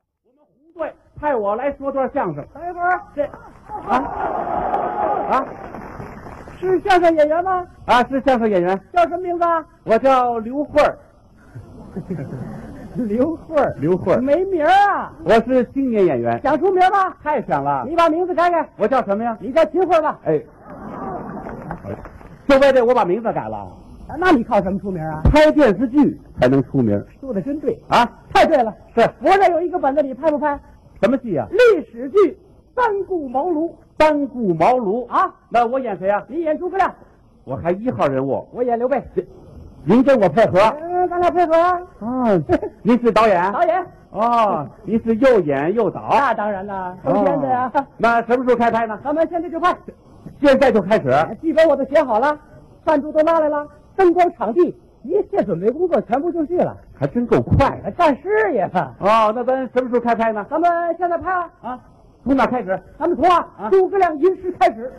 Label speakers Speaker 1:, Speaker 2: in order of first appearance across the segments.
Speaker 1: 红队派我来说段相声。
Speaker 2: 等一会儿，
Speaker 1: 这啊啊
Speaker 2: 是相声演员吗？
Speaker 1: 啊！是相声演员，
Speaker 2: 叫什么名字啊？
Speaker 1: 我叫刘慧儿，
Speaker 2: 刘慧儿，
Speaker 1: 刘慧儿，
Speaker 2: 没名儿啊？
Speaker 1: 我是青年演员，
Speaker 2: 想出名吗？
Speaker 1: 太响了。
Speaker 2: 你把名字改改，
Speaker 1: 我叫什么呀？
Speaker 2: 你叫秦慧儿吧。
Speaker 1: 哎，就为这我把名字改了，
Speaker 2: 啊那你靠什么出名啊？
Speaker 1: 拍电视剧才能出名
Speaker 2: 说的真对，
Speaker 1: 啊！
Speaker 2: 太对了。
Speaker 1: 是
Speaker 2: 我这有一个本子，你拍不拍？
Speaker 1: 什么戏啊呀、
Speaker 2: 历史剧《三顾茅庐
Speaker 1: 单顾茅庐》啊！
Speaker 2: 啊，
Speaker 1: 那我演谁呀、
Speaker 2: 你演诸葛亮，
Speaker 1: 我还一号人物，
Speaker 2: 我演刘备。
Speaker 1: 您跟我配合
Speaker 2: 嗯，咱俩配合啊。
Speaker 1: 啊！ 您是导演
Speaker 2: 导演，
Speaker 1: 哦，您是又演又导。
Speaker 2: 那当然啦，抽签的呀。
Speaker 1: 哦那什么时候开拍呢？
Speaker 2: 咱们现在就拍，
Speaker 1: 现在就开始。
Speaker 2: 剧本我都写好了，饭桌都拉来了，灯光、场地，一切准备工作全部就绪了。哎
Speaker 1: 还真够快的。
Speaker 2: 干事业吧。
Speaker 1: 哦，那咱什么时候开拍呢？
Speaker 2: 咱们现在拍啊，
Speaker 1: 啊，从哪开始？
Speaker 2: 咱们从啊
Speaker 1: 啊
Speaker 2: 诸葛亮吟诗开始。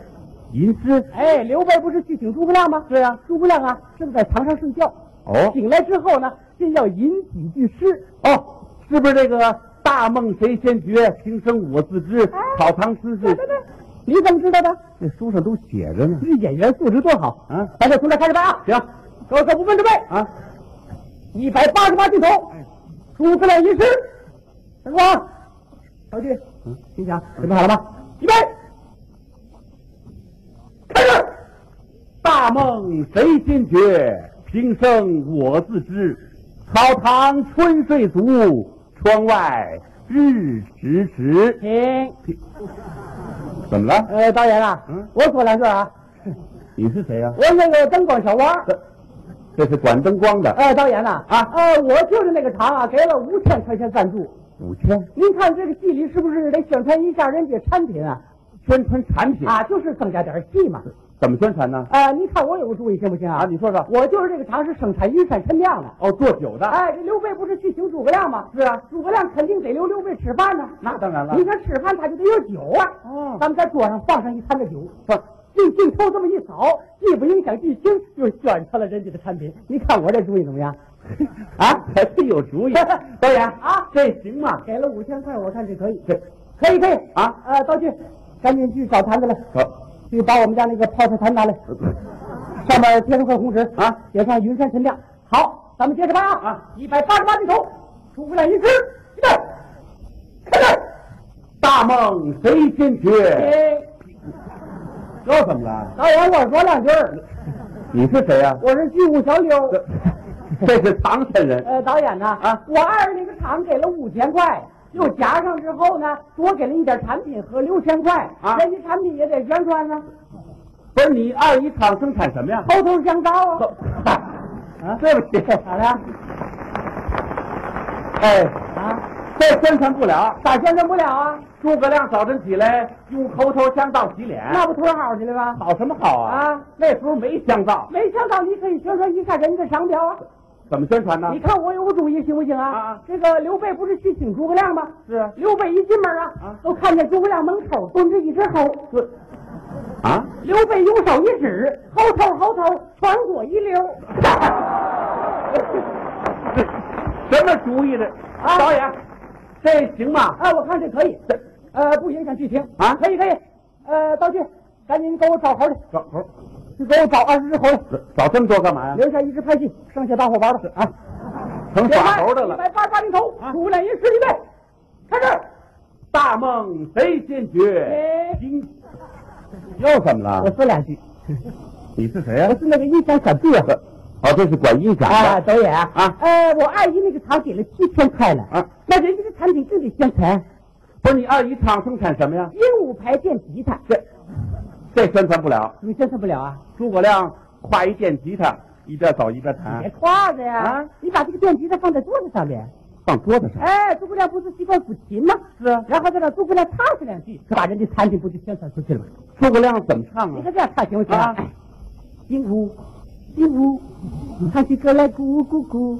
Speaker 1: 吟诗。
Speaker 2: 哎，刘备不是去请诸葛亮吗？
Speaker 1: 对啊。
Speaker 2: 诸葛亮啊正在床上睡觉，
Speaker 1: 哦
Speaker 2: 醒来之后呢，先要吟几句诗。
Speaker 1: 哦，是不是这个“大梦谁先觉，平生我自知”？草堂诗
Speaker 2: 哎对
Speaker 1: 是
Speaker 2: 对对，你怎么知道的？
Speaker 1: 这书上都写着呢。
Speaker 2: 这演员素质多好
Speaker 1: 啊
Speaker 2: 咱就从这开始拍啊！
Speaker 1: 行
Speaker 2: 各位各不分准备，
Speaker 1: 啊，
Speaker 2: 一百八十八镜头，诸葛亮吟诗。陈光，小军，心想准备好了吗？预备，开始。
Speaker 1: 大梦谁先觉，平生我自知。草堂春睡足，窗外日迟迟。
Speaker 2: 停。
Speaker 1: 怎么了？
Speaker 2: 哎呃，导演啊，
Speaker 1: 嗯
Speaker 2: 我说两句啊，
Speaker 1: 你是谁呀、啊
Speaker 2: 我那个灯光小王儿，
Speaker 1: 这是管灯光的，
Speaker 2: 呃，导演呐、
Speaker 1: 呃啊
Speaker 2: 呃，我就是那个厂啊，给了五千块钱赞助。
Speaker 1: 五千
Speaker 2: 您看这个戏里是不是得宣传一下人家产品啊？
Speaker 1: 宣传产品
Speaker 2: 啊，就是增加点戏嘛。
Speaker 1: 怎么宣传呢？
Speaker 2: 呃，您看我有个主意行不行
Speaker 1: 嗯
Speaker 2: 啊？
Speaker 1: 啊，你说说。
Speaker 2: 我就是这个厂是生产云山陈酿的。
Speaker 1: 哦，做酒的。
Speaker 2: 哎，这刘备不是去请诸葛亮吗？
Speaker 1: 是啊，
Speaker 2: 诸葛亮肯定得留刘备吃饭呢。
Speaker 1: 那当然了
Speaker 2: 你看吃饭他就得有酒啊。
Speaker 1: 哦
Speaker 2: 咱们在桌上放上一坛子酒，
Speaker 1: 放
Speaker 2: 这镜头这么一扫，既不影响剧情，又宣传了人家的产品。你看我这主意怎么样？
Speaker 1: 啊，还真有主意。 导演
Speaker 2: 啊
Speaker 1: 这行吗？
Speaker 2: 给了五千块，我看这可以，
Speaker 1: 这
Speaker 2: 可以，可以
Speaker 1: 啊！
Speaker 2: 呃，道具，赶紧去找坛子来，
Speaker 1: 好
Speaker 2: 去把我们家那个泡菜坛拿来，上面贴上块红纸
Speaker 1: 啊，
Speaker 2: 写上云山陈酿。好，咱们接着拍啊！
Speaker 1: 啊，
Speaker 2: 一百八十八镜头，诸葛亮吟诗，预备，开始。
Speaker 1: 大梦谁先觉？
Speaker 2: 哎，
Speaker 1: 这怎么了？
Speaker 2: 导演，我说两句儿，
Speaker 1: 啊你是谁呀、
Speaker 2: 我是剧务小刘。
Speaker 1: 这是唐山人。
Speaker 2: 呃，导演呐，
Speaker 1: 啊
Speaker 2: 我二那个厂给了五千块，又加上之后呢，多给了一点产品和六千块，
Speaker 1: 啊
Speaker 2: 人家产品也得宣传呢，
Speaker 1: 不是你二姨厂生产什 么呀？
Speaker 2: 头头是道啊。
Speaker 1: 啊，对不起，
Speaker 2: 咋的？
Speaker 1: 哎，
Speaker 2: 啊，
Speaker 1: 这宣传不了。
Speaker 2: 咋宣传不了啊？
Speaker 1: 诸葛亮早晨起来用猴头香皂洗脸，
Speaker 2: 那不偷好去了吗？
Speaker 1: 好什么好啊？
Speaker 2: 啊，
Speaker 1: 那时候没香皂，
Speaker 2: 没想到你可以宣传一下人家的商标啊！
Speaker 1: 怎么宣传呢
Speaker 2: 你？看我有个主意行不行啊？
Speaker 1: 啊啊
Speaker 2: 这个刘备不是去请诸葛亮吗？
Speaker 1: 是啊
Speaker 2: 刘备一进门啊，
Speaker 1: 啊
Speaker 2: 都看见诸葛亮门口蹲着一只猴，
Speaker 1: 啊，
Speaker 2: 刘备用手一指，猴头猴头，穿过一溜。
Speaker 1: 什么主意的？
Speaker 2: 啊
Speaker 1: 导演，这行吗？
Speaker 2: 啊，我看这可以，
Speaker 1: 这
Speaker 2: 呃，不影响剧情
Speaker 1: 啊
Speaker 2: 可以可以，呃，道具，赶紧给我找猴去，
Speaker 1: 找猴，
Speaker 2: 去给我找二十只猴去，
Speaker 1: 找这么多干嘛呀？
Speaker 2: 留下一只拍戏，剩下大伙玩吧。
Speaker 1: 啊，成耍猴的
Speaker 2: 一
Speaker 1: 了。
Speaker 2: 百八十八零头，
Speaker 1: 啊
Speaker 2: 诸葛亮一十一倍，开始。
Speaker 1: 大梦谁先觉
Speaker 2: 哎？
Speaker 1: 平又怎么
Speaker 2: 我
Speaker 1: 了？
Speaker 2: 说两句，
Speaker 1: 你是谁呀啊
Speaker 2: 我是那个音响小弟啊。
Speaker 1: 哦，这是管音响
Speaker 2: 啊，
Speaker 1: 的。
Speaker 2: 导演
Speaker 1: 啊
Speaker 2: 呃，我二姨那个厂给了七千块了
Speaker 1: 啊，
Speaker 2: 那人家的产品就得宣传
Speaker 1: 不是你二姨厂生产什么呀？
Speaker 2: 鹦鹉牌电吉他，
Speaker 1: 这这宣传不了。
Speaker 2: 你宣传不了啊？
Speaker 1: 诸葛亮挎一电吉他，一边走一边
Speaker 2: 别
Speaker 1: 弹，
Speaker 2: 挎着呀！
Speaker 1: 啊，
Speaker 2: 你把这个电吉他放在桌子上面。
Speaker 1: 放桌子上。
Speaker 2: 哎，诸葛亮不是习惯抚琴吗？
Speaker 1: 是啊，
Speaker 2: 然后再让诸葛亮唱上两句，把人家产品不就宣传出去了吗？
Speaker 1: 诸葛亮怎么唱
Speaker 2: 你
Speaker 1: 啊？
Speaker 2: 看这样唱行不行啊
Speaker 1: 啊？
Speaker 2: 哎鹦鹉，鹦鹉，唱起歌来咕 咕咕，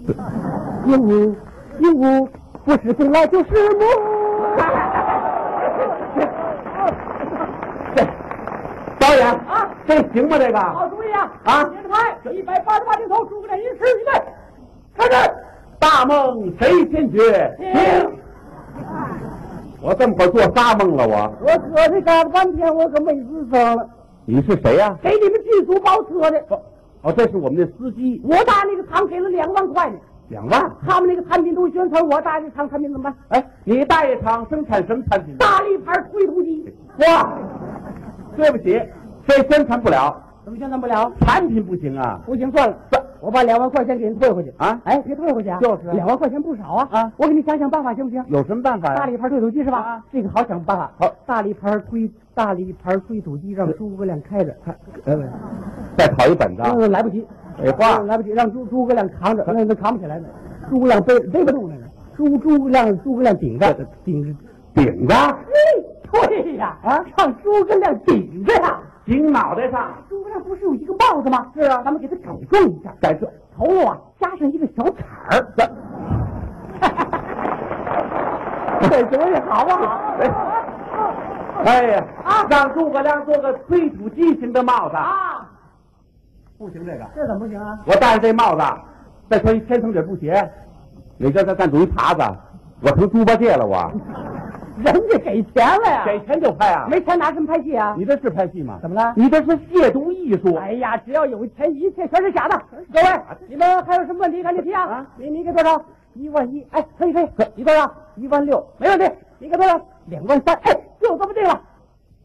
Speaker 2: 鹦鹉，鹦鹉，不是公来就是母。
Speaker 1: 这导演
Speaker 2: 啊，
Speaker 1: 这行吗？这个
Speaker 2: 好主意啊！
Speaker 1: 啊
Speaker 2: 接着拍，一百八十八镜头，诸葛亮一吃一备，嗯
Speaker 1: 开始。大梦谁先觉？
Speaker 2: 停
Speaker 1: 停。我这么会儿做仨梦了我。
Speaker 2: 我搁这嘎达半天，我可没吱声了。
Speaker 1: 你是谁呀、
Speaker 2: 给你们剧组包车的，
Speaker 1: 哦，这是我们的司机，
Speaker 2: 我搭那个堂给了两万块呢。
Speaker 1: 两万。
Speaker 2: 他们那个产品都宣传我搭这厂产品怎么办？
Speaker 1: 哎，你大业厂生产什么产品？
Speaker 2: 大力牌推土机，
Speaker 1: 哇，对不起，这宣传不了，
Speaker 2: 怎么宣传不了？
Speaker 1: 产品不行啊。
Speaker 2: 不行，算了，我把两万块钱给人退回去
Speaker 1: 啊
Speaker 2: 哎，别退回去啊！
Speaker 1: 就是啊
Speaker 2: 两万块钱不少啊！
Speaker 1: 啊
Speaker 2: 我给你想想办法行不行？
Speaker 1: 有什么办法呀、
Speaker 2: 大力牌推土机是吧？
Speaker 1: 啊
Speaker 2: 这个好想办法。
Speaker 1: 好
Speaker 2: 大力牌推大力牌推土机，让诸葛亮开着，
Speaker 1: 啊
Speaker 2: 他
Speaker 1: 呃再跑一本子啊。
Speaker 2: 那来不及，
Speaker 1: 废话
Speaker 2: 来不及，让诸诸葛亮扛着，那那扛不起来呢，诸葛亮背背不动那个，诸诸葛亮诸葛亮顶着顶着，
Speaker 1: 顶着，
Speaker 2: 嘿，对呀，啊，让诸葛亮顶着呀。
Speaker 1: 顶脑袋上，
Speaker 2: 诸葛亮不是有一个帽子吗？是啊，咱们给他改装一下，
Speaker 1: 在这
Speaker 2: 头颅啊加上一个小铲
Speaker 1: 儿子。
Speaker 2: 儿， 这主意好不好？
Speaker 1: 哎呀，让诸葛亮做个推土机型的帽子，
Speaker 2: 啊，
Speaker 1: 不行这个。
Speaker 2: 这怎么不行啊？
Speaker 1: 我戴着这帽子，再穿一千层底布鞋，你这再干出一耙子，我成猪八戒了我。
Speaker 2: 人家给钱了呀，
Speaker 1: 给钱就拍啊？，
Speaker 2: 没钱拿什么拍戏啊？
Speaker 1: 你这是拍戏吗？
Speaker 2: 怎么了？
Speaker 1: 你这是亵渎艺术。
Speaker 2: 哎呀，只要有钱，一切全是假的。各位，你们还有什么问题赶紧提啊！你你给多少？一万一，哎，可以可以，你多少？一万六，没问题。你给多少？两万三，哎，就这么定了。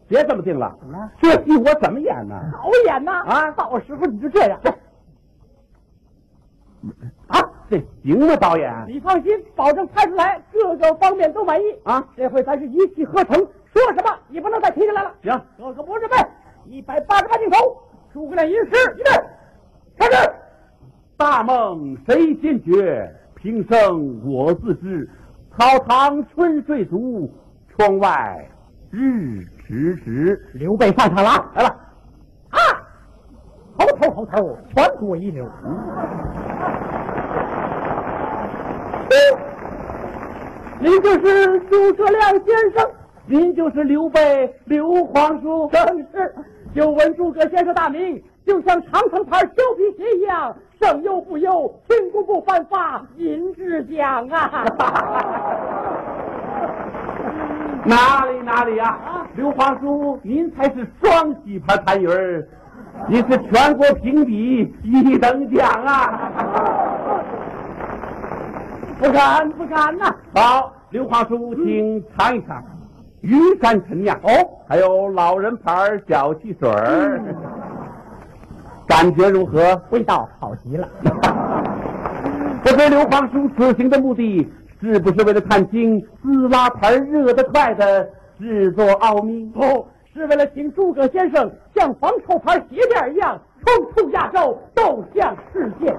Speaker 1: 别这么定了，
Speaker 2: 怎么了？
Speaker 1: 这戏我怎么演呢？
Speaker 2: 导演呐，
Speaker 1: 啊
Speaker 2: 到时候你就这样。哎啊，
Speaker 1: 这行吗，导演？
Speaker 2: 你放心，保证拍出来，各个方面都满意
Speaker 1: 啊！
Speaker 2: 这回咱是一气呵成，说什么也不能再提起来了。
Speaker 1: 行，
Speaker 2: 各个模式备，一百八十八镜头，诸葛亮吟诗一对，开始。
Speaker 1: 大梦谁先觉？平生我自知。草堂春睡足，窗外日迟迟。
Speaker 2: 刘备上场了啊，
Speaker 1: 来了，
Speaker 2: 啊！猴头猴头，全国一 流。您哎就是诸葛亮先生，
Speaker 1: 您就是刘备刘皇叔。
Speaker 2: 正是。久闻诸葛先生大名，就像长城牌削皮鞋一样，胜忧不忧，轻功不犯法，您志讲啊！
Speaker 1: 哪里哪里呀、刘皇叔，您才是双喜牌单鱼儿，您是全国评比一等奖啊！
Speaker 2: 不敢不敢呐、
Speaker 1: 好，刘皇叔，请尝一尝。云山陈酿哦，还有老人牌小汽水儿，感觉如何？
Speaker 2: 味道好极了。
Speaker 1: 不知刘皇叔此行的目的是不是为了看清四拉牌热得快的制作奥秘？
Speaker 2: 不哦是为了请诸葛先生像防臭牌鞋垫一样冲出亚洲，斗向世界。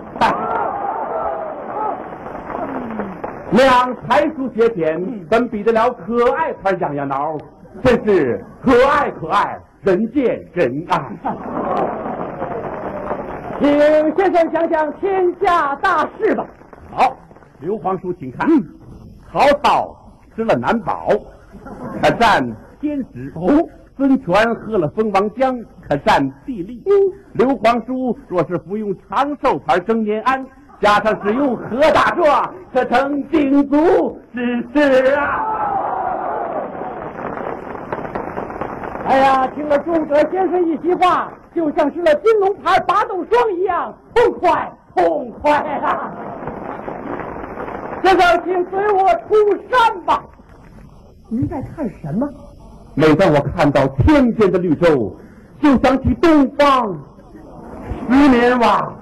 Speaker 1: 两才疏学浅，怎比得了可爱牌痒痒挠？真是可爱可爱，人见人爱。
Speaker 2: 请先生讲讲天下大事吧。嗯
Speaker 1: 好，刘皇叔，请看，曹操吃了难保，可战天子；哦，孙权喝了蜂王浆，可战地利。
Speaker 2: 嗯
Speaker 1: 刘皇叔若是服用长寿牌生年安，加上使用何大壮，可成鼎足之势啊！
Speaker 2: 哎呀，听了诸葛先生一席话，就像吃了金龙牌拔豆霜一样痛快痛快啊！先生，请随我出山吧。您在看什么？
Speaker 1: 每当我看到天边的绿洲，就想起东方十年往。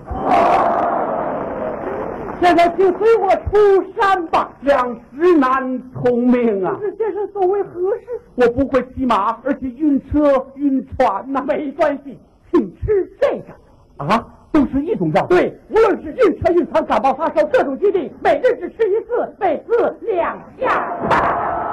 Speaker 2: 先生，请随我出山吧。
Speaker 1: 两石难同命啊！
Speaker 2: 这先生所为何事？
Speaker 1: 我不会骑马，而且晕车晕船呐、
Speaker 2: 没关系，请吃这个。
Speaker 1: 啊，都是一种药。，
Speaker 2: 对，无论是晕车、晕船、感冒、发烧，各种疾病，每日只吃一次，每次两下。